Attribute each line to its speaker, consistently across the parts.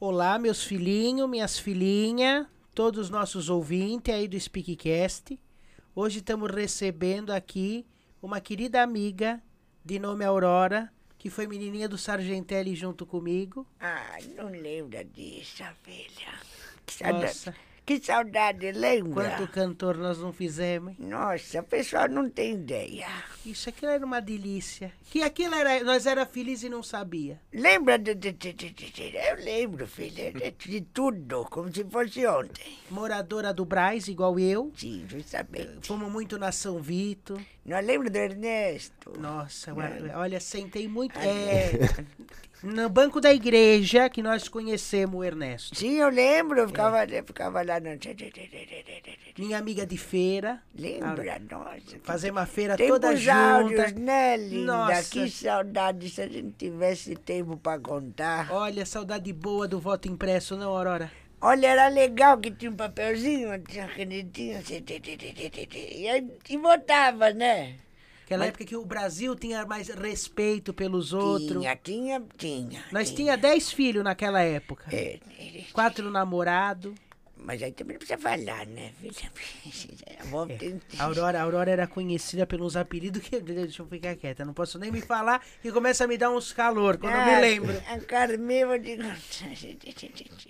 Speaker 1: Olá, meus filhinhos, minhas filhinhas, todos os nossos ouvintes aí do Speakcast. Hoje estamos recebendo aqui uma querida amiga de nome Aurora, que foi menininha do Sargentelli junto comigo.
Speaker 2: Ai, não lembra disso, filha. Que
Speaker 1: Nossa.
Speaker 2: saudade, que saudade lembra?
Speaker 1: Quanto cantor nós não fizemos, hein?
Speaker 2: Nossa, o pessoal não tem ideia.
Speaker 1: Isso aquilo era uma delícia. Que aquilo era, nós era feliz e não sabia.
Speaker 2: Lembra de, de- de- de- de- de- Eu lembro, filha, de, de tudo, como se fosse ontem.
Speaker 1: Moradora do Braz, igual eu.
Speaker 2: Sim, justamente.
Speaker 1: Fomos muito na São Vito.
Speaker 2: Não lembro do Ernesto?
Speaker 1: Nossa,
Speaker 2: Não.
Speaker 1: uma- olha, sentei muito.
Speaker 2: Ai,
Speaker 1: é, no banco da igreja que nós conhecemos o Ernesto.
Speaker 2: Sim, eu lembro, eu ficava, eu ficava lá no... de- de- de- de- de- de- de- de-
Speaker 1: Minha amiga de feira.
Speaker 2: Lembra, nossa.
Speaker 1: Fazer uma feira Tá toda
Speaker 2: Tempos áureos,
Speaker 1: junta.
Speaker 2: né, linda?
Speaker 1: Nossa.
Speaker 2: Que saudade se a gente tivesse tempo para contar.
Speaker 1: Olha, saudade boa do voto impresso, não, Aurora?
Speaker 2: Olha, era legal que tinha um papelzinho, tinha uma canetinha, assim, tê, tê, tê, tê, tê, tê, e aí te botava, né?
Speaker 1: Aquela época que o Brasil tinha mais respeito pelos outros.
Speaker 2: Tinha, tinha, tinha.
Speaker 1: Nós tinha 10 filhos naquela época.
Speaker 2: É, é, é.
Speaker 1: Quatro namorados.
Speaker 2: mas aí também não precisa falar, né, filha? A avó tem-
Speaker 1: É, A Aurora, a Aurora era conhecida pelos apelidos que. Deixa eu ficar quieta, não posso nem me falar, que começa a me dar uns calor quando eu me
Speaker 2: Ah,
Speaker 1: lembro.
Speaker 2: A Carmen, eu digo...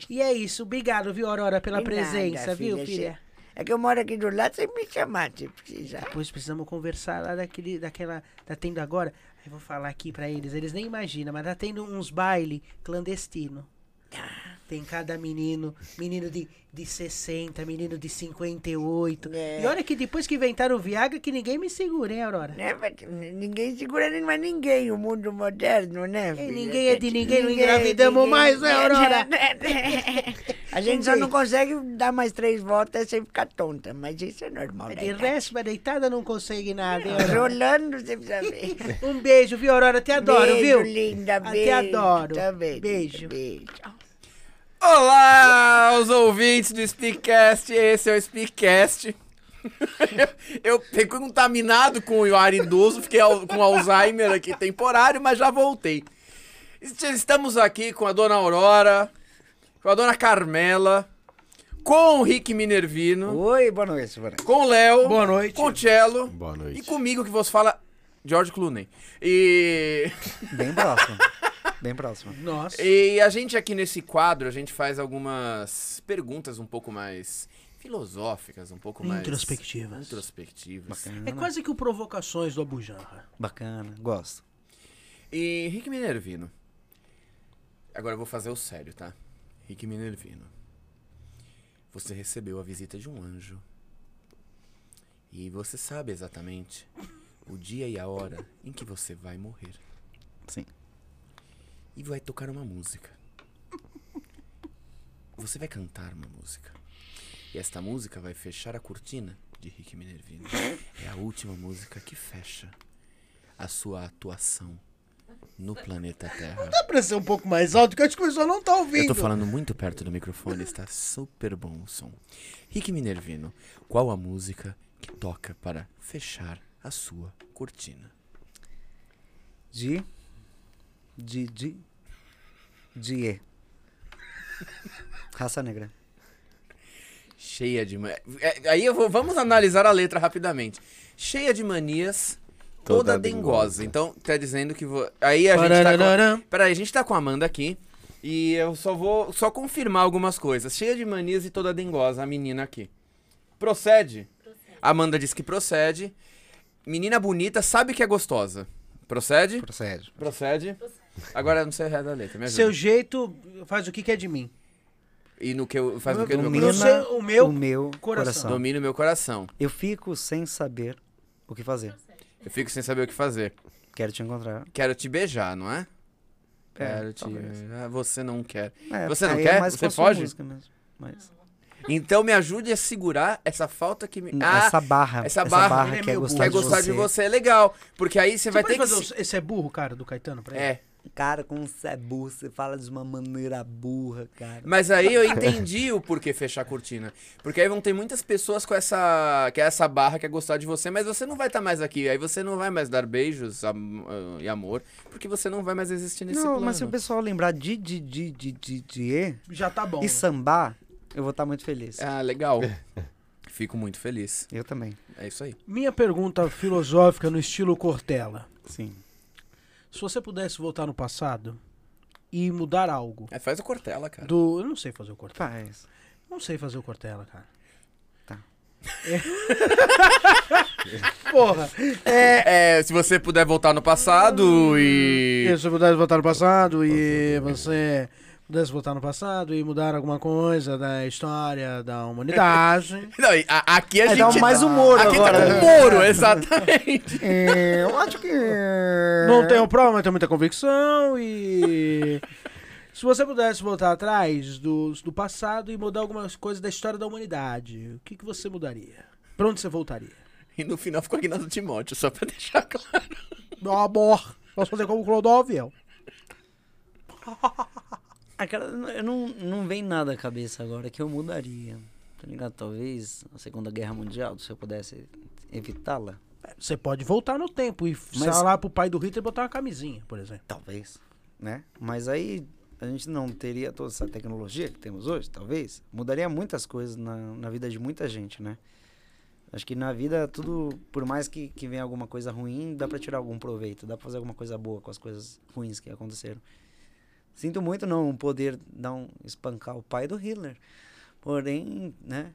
Speaker 1: E é isso, obrigado, viu, Aurora, pela
Speaker 2: De nada,
Speaker 1: presença, viu,
Speaker 2: você-
Speaker 1: filha?
Speaker 2: É que eu moro aqui do lado, você me chamar, se precisar.
Speaker 1: Pois precisamos conversar lá daquele, daquela. Tá tendo agora. Eu vou falar aqui pra eles, eles nem imaginam, mas tá tendo uns baile clandestino.
Speaker 2: Tá.
Speaker 1: Tem cada menino, menino de, de 60, menino de 58.
Speaker 2: É.
Speaker 1: E olha que depois que inventaram o Viagra, que ninguém me segura, hein, Aurora?
Speaker 2: Né? mas Ninguém segura nem mais ninguém, o mundo moderno, né? filha?
Speaker 1: ninguém é de ninguém, não engravidamos mais, né, Aurora?
Speaker 2: A gente só
Speaker 1: Ninguém.
Speaker 2: não consegue dar mais três voltas sem ficar tonta, mas isso é normal.
Speaker 1: De
Speaker 2: né?
Speaker 1: resto, mas deitada não consegue nada, hein, Aurora?
Speaker 2: Rolando, você precisa ver.
Speaker 1: Um beijo, viu, Aurora? Te adoro,
Speaker 2: Beijo,
Speaker 1: viu?
Speaker 2: linda,
Speaker 1: Te
Speaker 2: beijo.
Speaker 1: adoro.
Speaker 2: Também,
Speaker 1: Beijo.
Speaker 2: Beijo.
Speaker 3: Olá, os ouvintes do Speakcast, esse é o Speakcast. Eu fiquei contaminado com o ar idoso, fiquei al- com Alzheimer aqui temporário, mas já voltei. Est- Estamos aqui com a dona Aurora, com a dona Carmela, com o Rick Minervino,
Speaker 2: Oi, boa noite, boa noite.
Speaker 3: com o Léo,
Speaker 1: Boa noite.
Speaker 3: com o Cello
Speaker 4: Boa noite.
Speaker 3: e comigo que vos fala George Clooney. E
Speaker 5: Bem próximo. Bem próximo.
Speaker 1: Nossa.
Speaker 3: E a gente aqui nesse quadro, a gente faz algumas perguntas um pouco mais filosóficas, um pouco mais...
Speaker 1: Introspectivas.
Speaker 3: Introspectivas.
Speaker 1: É quase que o Provocações do Abujanra.
Speaker 5: Bacana, gosto.
Speaker 3: E Rick Minervino. Agora eu vou fazer o sério, tá? Rick Minervino. Você recebeu a visita de um anjo. E você sabe exatamente o dia e a hora em que você vai morrer.
Speaker 5: Sim.
Speaker 3: E vai tocar uma música. Você vai cantar uma música. E esta música vai fechar a cortina de Rick Minervino. É a última música que fecha a sua atuação no planeta Terra.
Speaker 1: Dá pra ser um pouco mais alto, que acho que o pessoal não tá
Speaker 3: Eu
Speaker 1: ouvindo.
Speaker 3: tô falando muito perto do microfone, está super bom o som. Rick Minervino, qual a música que toca para fechar a sua cortina?
Speaker 5: De. De. De. De. E. Raça negra.
Speaker 3: Cheia de manias. Aí eu vou, vamos analisar a letra rapidamente. Cheia de manias, toda,
Speaker 4: Toda
Speaker 3: dengosa.
Speaker 4: dengosa.
Speaker 3: Então, tá dizendo que vou. Aí a gente tá com. Peraí, a gente tá com a Amanda aqui. E eu só vou só confirmar algumas coisas. Cheia de manias e toda dengosa, a menina aqui. Procede? Amanda diz que procede. Menina bonita, sabe que é gostosa. Procede?
Speaker 5: Procede.
Speaker 3: Procede. Agora eu não sei o resto da letra, me ajuda.
Speaker 1: Seu jeito faz o que quer de mim.
Speaker 3: E no que eu, faz no que no meu
Speaker 1: Domina-
Speaker 3: coração.
Speaker 1: sei, o meu
Speaker 5: o meu
Speaker 1: coração.
Speaker 5: coração.
Speaker 3: Domina o meu coração.
Speaker 5: Eu fico sem saber o que fazer.
Speaker 3: Eu fico sem saber o que fazer.
Speaker 5: Quero te encontrar.
Speaker 3: Quero te beijar, não é? Quero te
Speaker 5: talvez.
Speaker 3: beijar. Você não quer.
Speaker 5: É,
Speaker 3: Você não
Speaker 5: aí é
Speaker 3: quer?
Speaker 5: mais
Speaker 3: Você
Speaker 5: construir
Speaker 3: foge?
Speaker 5: música mesmo, mas-
Speaker 3: Então me ajude a segurar essa falta que me. Ah,
Speaker 5: Hum, essa barra.
Speaker 3: essa
Speaker 5: Essa
Speaker 3: barra.
Speaker 5: barra,
Speaker 1: Ele é
Speaker 5: que é
Speaker 1: meio
Speaker 5: gostar,
Speaker 3: quer
Speaker 1: burro.
Speaker 3: gostar de você. é legal. Porque aí você,
Speaker 1: Você
Speaker 3: vai
Speaker 1: pode
Speaker 3: ter que.
Speaker 1: fazer um
Speaker 3: se-
Speaker 1: o- Esse é burro, cara, do Caetano? Pra ele?
Speaker 3: É.
Speaker 2: Cara, como você é burro, você fala de uma maneira burra, cara.
Speaker 3: Mas aí eu entendi o porquê fechar a cortina. Porque aí vão ter muitas pessoas com essa. que é essa barra que é gostar de você, mas você não vai estar mais aqui. Aí você não vai mais dar beijos am- ah, e amor, porque você não vai mais existir nesse
Speaker 2: não,
Speaker 3: plano.
Speaker 2: mas se o pessoal lembrar de, de, de, de, de, de E
Speaker 1: Já tá bom.
Speaker 2: e sambar, eu vou estar muito feliz.
Speaker 3: Ah, legal. Fico muito feliz.
Speaker 2: Eu também.
Speaker 3: É isso aí.
Speaker 1: Minha pergunta filosófica no estilo Cortella.
Speaker 2: Sim.
Speaker 1: Se você pudesse voltar no passado e mudar algo
Speaker 3: É, faz a cortela, cara.
Speaker 1: do... Eu não sei fazer o Cortella.
Speaker 2: Faz.
Speaker 1: Não sei fazer o Cortella, cara.
Speaker 2: Tá.
Speaker 1: É. Porra.
Speaker 3: É, é, se você puder voltar no passado e.
Speaker 1: Se eu pudesse voltar no passado e você pudesse voltar no passado e mudar alguma coisa da história da humanidade.
Speaker 3: Não, e a- aqui a
Speaker 2: É,
Speaker 3: gente.
Speaker 2: dá mais humor
Speaker 3: aqui
Speaker 2: agora.
Speaker 3: tá com Moro, exatamente.
Speaker 2: É, eu acho que.
Speaker 5: é
Speaker 1: Não tenho prova, mas tenho muita convicção e. Se você pudesse voltar atrás do, do passado e mudar algumas coisas da história da humanidade, o que, que você mudaria? Pra onde você voltaria?
Speaker 3: e no final ficou Aguinaldo Timóteo, só pra deixar claro.
Speaker 1: Meu amor, posso fazer como o Clodovil.
Speaker 2: Ah, cara, eu não, não vem nada à cabeça agora que eu mudaria. Tá ligado? Talvez a Segunda Guerra Mundial, se eu pudesse evitá-la.
Speaker 1: Você pode voltar no tempo e
Speaker 2: Mas-
Speaker 1: falar lá pro pai do Hitler e botar uma camisinha, por exemplo.
Speaker 2: Talvez. Né? Mas aí a gente não teria toda essa tecnologia que temos hoje, talvez. Mudaria muitas coisas na, na vida de muita gente, né? Acho que na vida, tudo, por mais que, que venha alguma coisa ruim, dá pra tirar algum proveito, dá pra fazer alguma coisa boa com as coisas ruins que aconteceram. Sinto muito não poder dar um, espancar o pai do Hitler. Porém, né?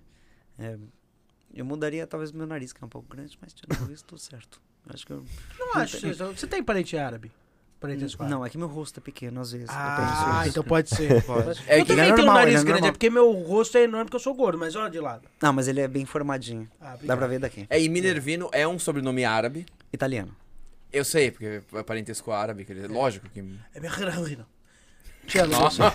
Speaker 2: é, eu mudaria talvez meu nariz, que é um pouco grande, mas tirando isso, tudo certo. Acho que eu
Speaker 1: Não acho. que Você você tem parente árabe? Parente escolar?
Speaker 2: não, é que meu rosto é pequeno às vezes. eu penso
Speaker 1: Ah,
Speaker 2: isso.
Speaker 1: então pode ser.
Speaker 3: É
Speaker 1: eu
Speaker 3: que-
Speaker 1: também
Speaker 2: Ele é
Speaker 1: tenho um
Speaker 2: normal,
Speaker 1: nariz
Speaker 2: ele é
Speaker 1: grande,
Speaker 2: normal.
Speaker 1: é porque meu rosto é enorme porque eu sou gordo, mas olha de lado.
Speaker 2: Não, mas ele é bem formadinho.
Speaker 1: Ah,
Speaker 2: Dá
Speaker 1: obrigado.
Speaker 2: pra ver daqui.
Speaker 3: É, e Minervino é um sobrenome árabe.
Speaker 2: Italiano.
Speaker 3: Eu sei, porque é parentesco árabe, quer dizer, lógico que.
Speaker 1: É minha grana. Tchelo,
Speaker 3: Nossa,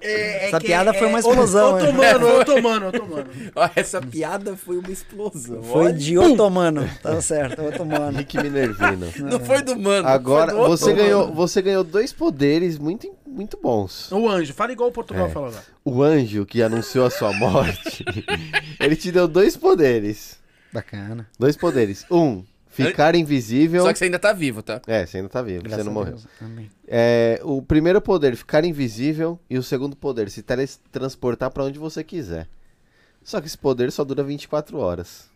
Speaker 1: é,
Speaker 2: Essa piada foi uma explosão, né? hein?
Speaker 1: Otomano, otomano, otomano.
Speaker 3: essa piada foi uma explosão.
Speaker 2: Foi
Speaker 3: Olha.
Speaker 2: de otomano. Tá certo, otomano.
Speaker 4: Nick Minervino.
Speaker 3: Não foi do mano.
Speaker 4: Agora,
Speaker 3: foi do
Speaker 4: você
Speaker 3: outro.
Speaker 4: ganhou, você ganhou dois poderes muito, im- muito bons.
Speaker 1: O anjo, fala igual o Portugal fala lá.
Speaker 4: O anjo que anunciou a sua morte, ele te deu dois poderes.
Speaker 2: Bacana.
Speaker 4: Dois poderes. Um, ficar invisível.
Speaker 3: Só que você ainda tá vivo, tá?
Speaker 4: É, você ainda tá vivo, você não
Speaker 2: a
Speaker 4: morreu.
Speaker 2: Deus. Amém.
Speaker 4: É, o primeiro poder, ficar invisível. E o segundo poder, se teletransportar pra onde você quiser. Só que esse poder só dura 24 horas.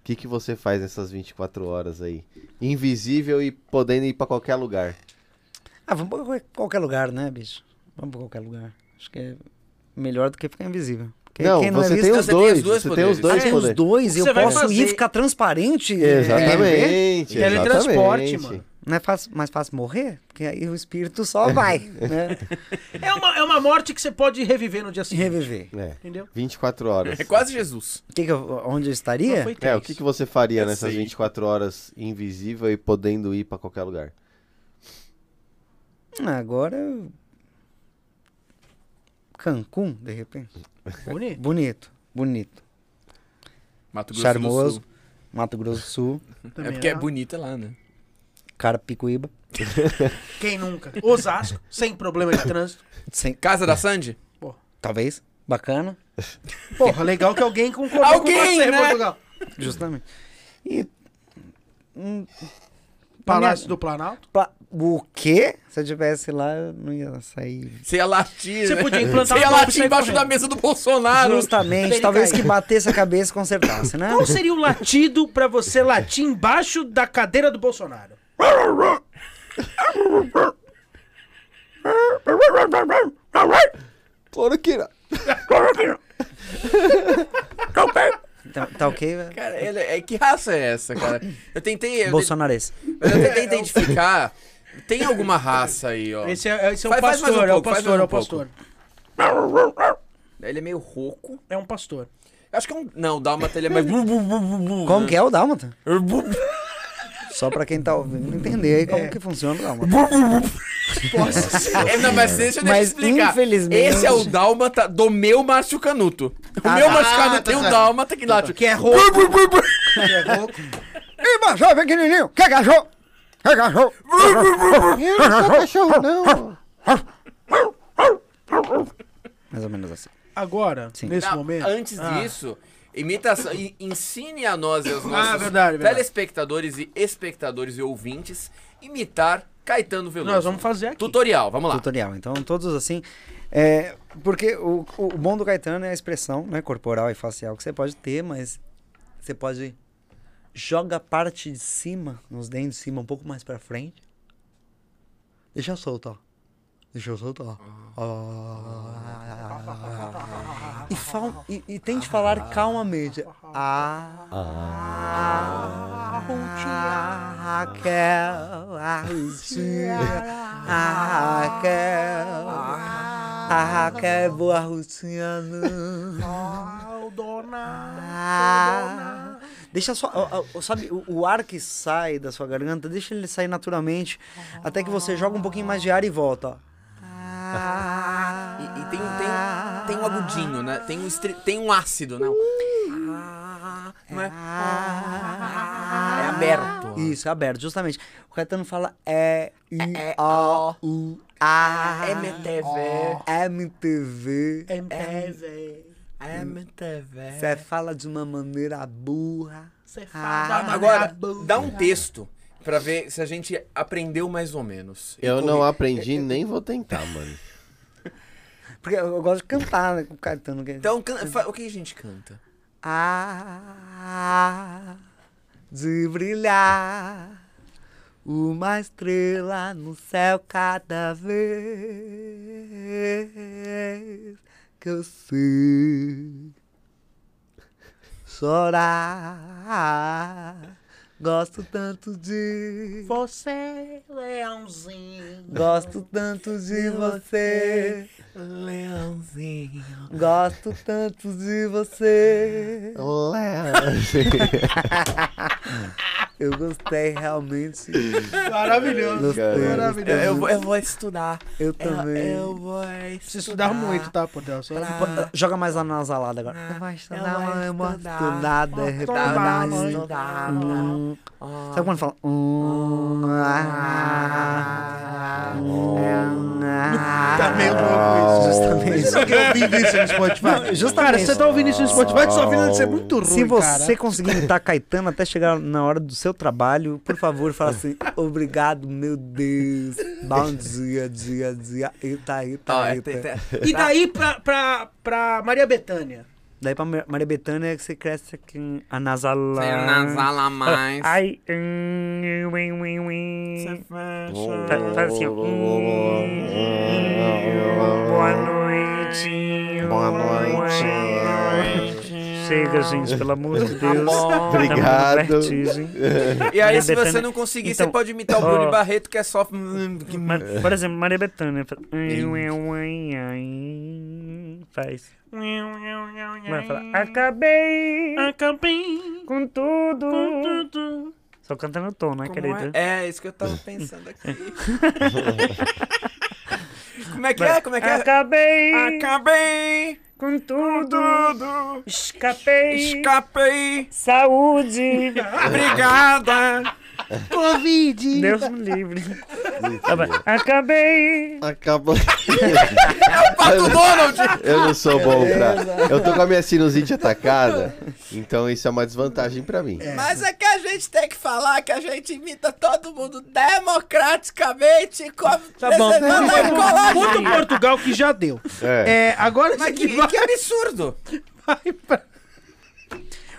Speaker 4: O que, que você faz nessas 24 horas aí? Invisível e podendo ir pra qualquer lugar.
Speaker 2: Ah, vamos pra qualquer- qualquer lugar, né, bicho? Vamos pra qualquer lugar. Acho que é melhor do que ficar invisível. Porque
Speaker 4: não,
Speaker 2: quem
Speaker 4: você
Speaker 2: é visto-
Speaker 4: tem os
Speaker 3: você tem os
Speaker 4: dois.
Speaker 3: dois
Speaker 4: Você tem
Speaker 3: poderes.
Speaker 4: os
Speaker 2: Ah,
Speaker 4: dois
Speaker 2: tem os
Speaker 4: poderes.
Speaker 2: dois,
Speaker 1: Você
Speaker 2: eu
Speaker 1: vai
Speaker 2: posso ir
Speaker 1: fazer-
Speaker 2: e ficar transparente? É,
Speaker 4: Exatamente.
Speaker 1: E teletransporte,
Speaker 4: exatamente.
Speaker 1: mano.
Speaker 2: não é fácil, mais fácil morrer? Porque aí o espírito só vai, né?
Speaker 1: É uma, é uma morte que você pode reviver no dia
Speaker 2: Se
Speaker 1: seguinte.
Speaker 2: reviver.
Speaker 4: É,
Speaker 1: Entendeu?
Speaker 4: 24 horas.
Speaker 3: É quase Jesus.
Speaker 2: O Que que eu- onde eu estaria?
Speaker 1: Não foi
Speaker 4: É,
Speaker 1: três.
Speaker 4: o que, que você faria
Speaker 3: Eu
Speaker 4: nessas
Speaker 3: sei.
Speaker 4: 24 horas invisível e podendo ir pra qualquer lugar?
Speaker 2: Ah, Agora. eu- Cancún, de repente.
Speaker 1: Bonito.
Speaker 2: Bonito, bonito.
Speaker 3: Mato Grosso do
Speaker 2: Charmoso.
Speaker 3: Sul.
Speaker 2: Mato Grosso do Sul,
Speaker 3: É
Speaker 1: Também,
Speaker 3: porque é
Speaker 1: né?
Speaker 3: bonita lá, né?
Speaker 2: Carapicuíba.
Speaker 1: Quem nunca? Osasco, sem problema de trânsito.
Speaker 2: Sem,
Speaker 3: Casa da Sandy?
Speaker 2: talvez. Bacana.
Speaker 1: Porra, legal que alguém concordou com
Speaker 3: Alguém,
Speaker 1: você,
Speaker 3: né?
Speaker 1: Portugal.
Speaker 2: Justamente. E. hum,
Speaker 1: Palácio
Speaker 2: na minha-
Speaker 1: do Planalto.
Speaker 2: Pla- O quê? Se eu tivesse lá, eu não ia sair.
Speaker 3: Você ia latir,
Speaker 1: Você
Speaker 3: né?
Speaker 1: podia implantar
Speaker 3: Você ia
Speaker 1: um golpe
Speaker 3: latir embaixo da
Speaker 1: correndo.
Speaker 3: mesa do Bolsonaro.
Speaker 2: Justamente,
Speaker 1: Ele
Speaker 2: talvez
Speaker 1: caiu.
Speaker 2: que batesse a cabeça e consertasse, né?
Speaker 1: Qual seria o latido pra você latir embaixo da cadeira do Bolsonaro?
Speaker 4: Cloroquina.
Speaker 2: Tá, tá ok? velho?
Speaker 3: Cara, ele- é, que raça é essa, cara? Eu tentei... Eu,
Speaker 2: Bolsonarense.
Speaker 3: mas eu tentei identificar... Tem alguma raça aí, ó.
Speaker 1: Esse é, esse é o
Speaker 3: Faz- faz mais
Speaker 1: pastor,
Speaker 3: um
Speaker 1: é o
Speaker 3: pouco, faz mais
Speaker 1: pastor,
Speaker 3: um
Speaker 1: é o pastor.
Speaker 3: Ele é meio rouco.
Speaker 1: É um pastor.
Speaker 3: Acho que é um... Não, dá uma telha mais...
Speaker 2: Como que é o Dálmata?
Speaker 3: é?
Speaker 2: Só pra quem tá ouvindo entender aí como que funciona o Dálmata.
Speaker 3: É, não, mas deixa, deixa eu
Speaker 2: Mas,
Speaker 3: explicar.
Speaker 2: infelizmente-
Speaker 3: Esse é o dálmata do meu Márcio Canuto. O
Speaker 2: Ah,
Speaker 3: meu
Speaker 2: tá.
Speaker 3: Márcio
Speaker 2: Ah,
Speaker 3: Canuto
Speaker 2: tá
Speaker 3: tem um
Speaker 2: certo.
Speaker 3: dálmata que late.
Speaker 1: Que é rouco.
Speaker 2: Ih, baixou, pequenininho, que cachorro!
Speaker 4: cachorro, não.
Speaker 5: Mais ou menos assim.
Speaker 1: Agora,
Speaker 5: Sim.
Speaker 1: nesse
Speaker 3: Não,
Speaker 1: momento.
Speaker 3: Tá, Antes
Speaker 1: Ah,
Speaker 3: disso, imitação. e- Ensine a nós e aos
Speaker 1: Ah,
Speaker 3: nossos
Speaker 1: verdade, verdade.
Speaker 3: telespectadores e espectadores e ouvintes imitar Caetano Veloso.
Speaker 1: Nós vamos fazer aqui.
Speaker 3: Tutorial, vamos lá.
Speaker 5: Tutorial. Então, todos assim. é, porque o, o o bom do Caetano é a expressão né, corporal e facial que você pode ter, mas você pode. Joga a parte de cima, nos dentes de cima, um pouco mais pra frente. Deixa eu soltar. Deixa eu soltar. Ah. E, fal- e- e tente falar calmamente. Ah.
Speaker 3: Ah.
Speaker 5: Ah, Raquel, ah, Raquel, Ah, Raquel, é boa Luciana. Ah, Deixa só, ó, ó, sabe, o, o ar que sai da sua garganta, deixa ele sair naturalmente, até que você joga um pouquinho mais de ar e volta. ó.
Speaker 3: E, e tem, um- tem, tem um agudinho, né? Tem um, estri- tem um ácido, né? Não é? É aberto.
Speaker 5: Isso, é aberto, justamente. O Caetano fala é, i, a, u, a, É
Speaker 3: MTV.
Speaker 5: MTV.
Speaker 1: É,
Speaker 3: É.
Speaker 1: MTV.
Speaker 3: MTV.
Speaker 5: Você fala de uma maneira burra.
Speaker 1: Você fala da
Speaker 3: Ah, Agora,
Speaker 1: maneira
Speaker 3: dá um texto pra ver se a gente aprendeu mais ou menos. E
Speaker 4: Eu
Speaker 3: corri-
Speaker 4: não aprendi, nem vou tentar, mano.
Speaker 5: Porque eu, eu gosto de cantar né, com o Caetano. que-
Speaker 3: Então, can- fa- o que a gente canta?
Speaker 5: Ah, de brilhar uma estrela no céu cada vez que eu sei chorar. Gosto tanto de
Speaker 1: Você, é leãozinho.
Speaker 5: Gosto tanto de você,
Speaker 3: Leãozinho.
Speaker 5: gosto tanto de você. Eu gostei realmente.
Speaker 1: Maravilhoso.
Speaker 5: Gostei.
Speaker 1: Maravilhoso.
Speaker 3: Eu, eu vou, eu vou estudar.
Speaker 5: Eu também.
Speaker 3: Eu, eu vou estudar.
Speaker 1: Precisa estudar muito, tá, Podel? Só
Speaker 5: Pô, Joga mais a nasalada agora. Eu vou estudar,
Speaker 3: vou
Speaker 5: eu vou
Speaker 3: estudar.
Speaker 5: estudar, de
Speaker 1: Vou
Speaker 5: repente.
Speaker 1: estudar,
Speaker 5: mas-
Speaker 1: vou
Speaker 3: estudar.
Speaker 5: Hum. Sabe quando fala? Hum, ah, ah,
Speaker 1: Tá meio louco isso.
Speaker 5: Justamente.
Speaker 1: Você não quer ouvir isso no Spotify?
Speaker 5: justamente.
Speaker 1: Cara, você tá ouvindo isso no Spotify, que sua vida deve ser muito ruim,
Speaker 5: Se você
Speaker 1: cara.
Speaker 5: conseguir imitar Caetano até chegar na hora do seu trabalho, por favor, fala assim: obrigado, meu Deus. Bom dia, dia, dia. Eita,
Speaker 3: Ó,
Speaker 5: eita,
Speaker 3: é, tem-
Speaker 5: eita.
Speaker 3: tem-
Speaker 1: E daí pra, pra, pra Maria Bethânia?
Speaker 5: Daí pra Mar- Maria Bethânia é que você cresce aqui a nasala.
Speaker 3: tem nasala mais.
Speaker 5: Ai, hum, ui, ui, ui. Fa- Faz assim, ó. Boa noite.
Speaker 4: Boa noite.
Speaker 5: Chega, gente, pelo amor de Deus.
Speaker 3: bom.
Speaker 5: Tá me dando
Speaker 4: Obrigado.
Speaker 5: vertigem.
Speaker 3: E aí,
Speaker 5: Maria
Speaker 3: se você
Speaker 5: Bethânia-
Speaker 3: não conseguir, você
Speaker 5: Então,
Speaker 3: pode imitar o
Speaker 5: ó.
Speaker 3: Bruno Barreto, que é só.
Speaker 5: Mar- Por exemplo, Maria Bethânia faz. Faz. Vai falar. Acabei com tudo. Só canta no tom, né, querida?
Speaker 3: É, isso que eu tava pensando aqui. Como é que é? Como é que é?
Speaker 5: Acabei
Speaker 3: Acabei
Speaker 5: com tudo.
Speaker 3: tudo,
Speaker 5: Escapei.
Speaker 3: escapei,
Speaker 5: Saúde.
Speaker 3: obrigada.
Speaker 1: Covid!
Speaker 5: Deus me livre. Tá bom. Acabei.
Speaker 4: Acabou.
Speaker 3: Pato Donald!
Speaker 4: Eu não sou bom pra. Eu tô com a minha sinusite atacada, então isso é uma desvantagem pra mim.
Speaker 3: Mas é que a gente tem que falar que a gente imita todo mundo democraticamente, como
Speaker 1: Tá bom.
Speaker 3: preservando a colagem.
Speaker 1: Conta o Portugal que já deu.
Speaker 4: É.
Speaker 1: É, agora a
Speaker 3: Mas
Speaker 1: gente
Speaker 3: que,
Speaker 1: vai-
Speaker 3: que absurdo!
Speaker 1: vai pra...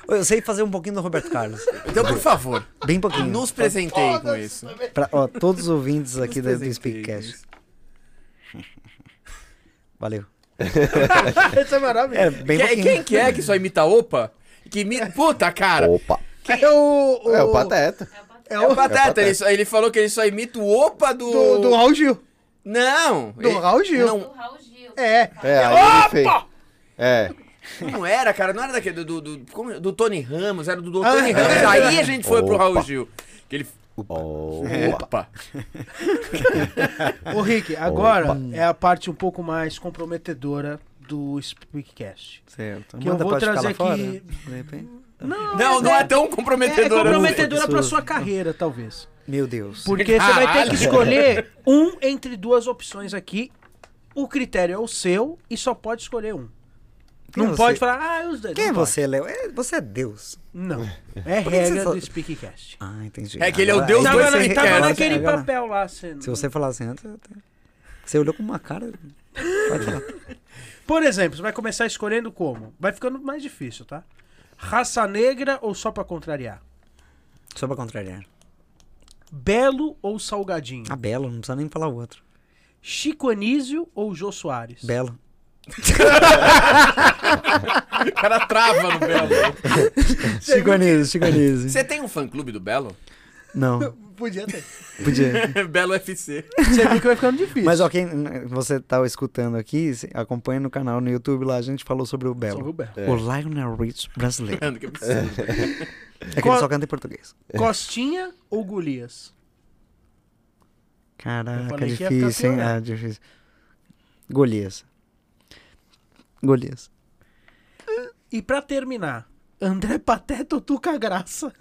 Speaker 5: Eu sei fazer um pouquinho do Roberto Carlos.
Speaker 3: Então, por favor,
Speaker 5: Bem pouquinho.
Speaker 3: nos presenteie com isso.
Speaker 5: Pra, ó, todos os ouvintes aqui do, do
Speaker 3: presenteie com
Speaker 5: Speakcast.
Speaker 3: isso.
Speaker 5: Valeu.
Speaker 1: Isso é maravilhoso.
Speaker 5: É, bem
Speaker 3: Quem,
Speaker 5: pouquinho.
Speaker 3: quem que é que só imita opa? Que imita... Puta, cara!
Speaker 4: Opa.
Speaker 1: É o,
Speaker 4: É o Pateta.
Speaker 3: É o Pateta, Ele, só- ele falou que ele só imita o opa do.
Speaker 1: do, do Raul Gil.
Speaker 3: Não!
Speaker 1: Do
Speaker 3: ele-
Speaker 1: Raul Gil.
Speaker 3: Não,
Speaker 6: Raul Gil.
Speaker 1: É.
Speaker 4: É, aí ele fez. É.
Speaker 3: não era, cara, não era daquele. Do, do, do- como- é? do Tony Ramos, era do, do
Speaker 1: Ah,
Speaker 3: Tony
Speaker 1: é.
Speaker 3: Ramos. Aí a gente foi pro
Speaker 4: Opa.
Speaker 3: Raul Gil. Que ele.
Speaker 5: É.
Speaker 4: Opa.
Speaker 3: Opa!
Speaker 1: Ô, Rick, agora é a parte um pouco mais comprometedora do Speakcast.
Speaker 5: Certo.
Speaker 1: Que eu
Speaker 5: Manda
Speaker 1: vou
Speaker 5: pra
Speaker 1: trazer
Speaker 5: escala
Speaker 1: aqui-
Speaker 5: fora, de repente.
Speaker 1: Não,
Speaker 3: Não, não é tão né?
Speaker 1: é
Speaker 3: comprometedora.
Speaker 1: comprometedora
Speaker 5: não.
Speaker 1: pra sua carreira, talvez.
Speaker 5: Meu Deus.
Speaker 1: Porque você vai ter
Speaker 3: Caralho.
Speaker 1: que escolher um entre duas opções aqui. O critério é o seu e só pode escolher um.
Speaker 5: Quem
Speaker 1: não
Speaker 5: você-
Speaker 1: pode falar, ah, os dois.
Speaker 5: Quem é
Speaker 1: não pode.
Speaker 5: você, Léo? É, você é Deus.
Speaker 1: Não. É
Speaker 5: Por que que
Speaker 1: regra
Speaker 5: você só-
Speaker 1: do Speakcast.
Speaker 5: Ah, entendi.
Speaker 3: É que ele é o
Speaker 5: Agora-
Speaker 3: Deus Os
Speaker 1: tava
Speaker 3: dois
Speaker 1: na-
Speaker 3: sem
Speaker 1: tava
Speaker 3: regra,
Speaker 1: naquele
Speaker 5: agora-
Speaker 1: papel lá. Você
Speaker 5: Se você falar assim, antes, eu tenho- você olhou com uma cara. Pode falar.
Speaker 1: Por exemplo, você vai começar escolhendo como? Vai ficando mais difícil, tá? Raça negra ou só pra contrariar?
Speaker 5: Só pra contrariar.
Speaker 1: Belo ou salgadinho?
Speaker 5: Ah, Belo, não precisa nem falar o outro.
Speaker 1: Chico Anísio ou Jô Soares?
Speaker 5: Belo.
Speaker 3: O cara trava no Belo.
Speaker 5: Chico Anísio, Chico Anísio.
Speaker 3: Você tem um fã-clube do Belo?
Speaker 5: Não,
Speaker 1: Podia ter.
Speaker 5: podia.
Speaker 3: Belo FC.
Speaker 1: Você viu que vai ficando difícil.
Speaker 5: Mas, ó, quem você tá escutando aqui, se- acompanha no canal no YouTube lá, a gente falou sobre o Belo. É.
Speaker 1: Sobre o Belo.
Speaker 5: O Lionel Rich brasileiro.
Speaker 3: Mano, que absurdo.
Speaker 5: É que
Speaker 1: Qual-
Speaker 5: ele só canta em português.
Speaker 1: Costinha ou Golias?
Speaker 5: Caraca, é
Speaker 1: falei que ia ficar
Speaker 5: difícil, hein?
Speaker 1: pior, né?
Speaker 5: Ah, difícil. Golias. Golias.
Speaker 1: E pra terminar, André Pateta ou Tuca Graça?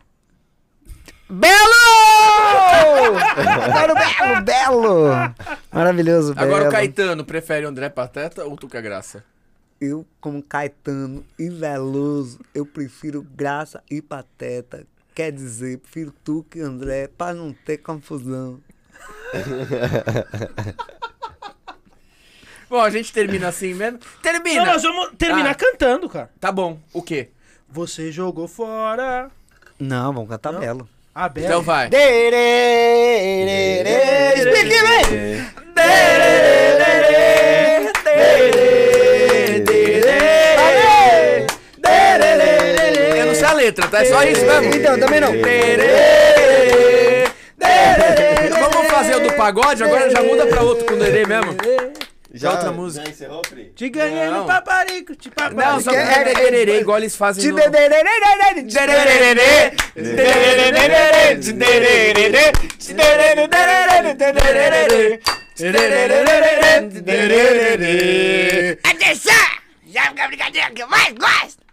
Speaker 5: Belo! Adoro Belo, Belo! Maravilhoso, Belo.
Speaker 3: Agora o Caetano prefere o André Pateta ou Tuca Graça?
Speaker 5: Eu, como Caetano e Veloso, eu prefiro Graça e Pateta. Quer dizer, prefiro Tuca e André, pra não ter confusão.
Speaker 3: Bom, a gente termina assim mesmo. Termina!
Speaker 1: É, Não, nós vamos terminar
Speaker 3: Ah.
Speaker 1: cantando, cara.
Speaker 3: Tá bom, o quê?
Speaker 1: Você jogou fora.
Speaker 5: Não, vamos cantar Belo.
Speaker 1: A Bela.
Speaker 3: Então vai. Eu não sei a letra, tá? É só isso mesmo.
Speaker 5: Então, também não.
Speaker 3: Vamos fazer o do pagode, agora já muda pra outro com o Derê mesmo.
Speaker 4: Já
Speaker 3: outra música.
Speaker 4: Já encerrou, Pri?
Speaker 1: Te ganhei
Speaker 3: Não.
Speaker 1: no paparico, te paparico.
Speaker 3: Não, só
Speaker 5: É, é, é,
Speaker 3: dererê, igual eles fazem no...
Speaker 2: Atenção! Sabe a brincadeira que eu mais gosto?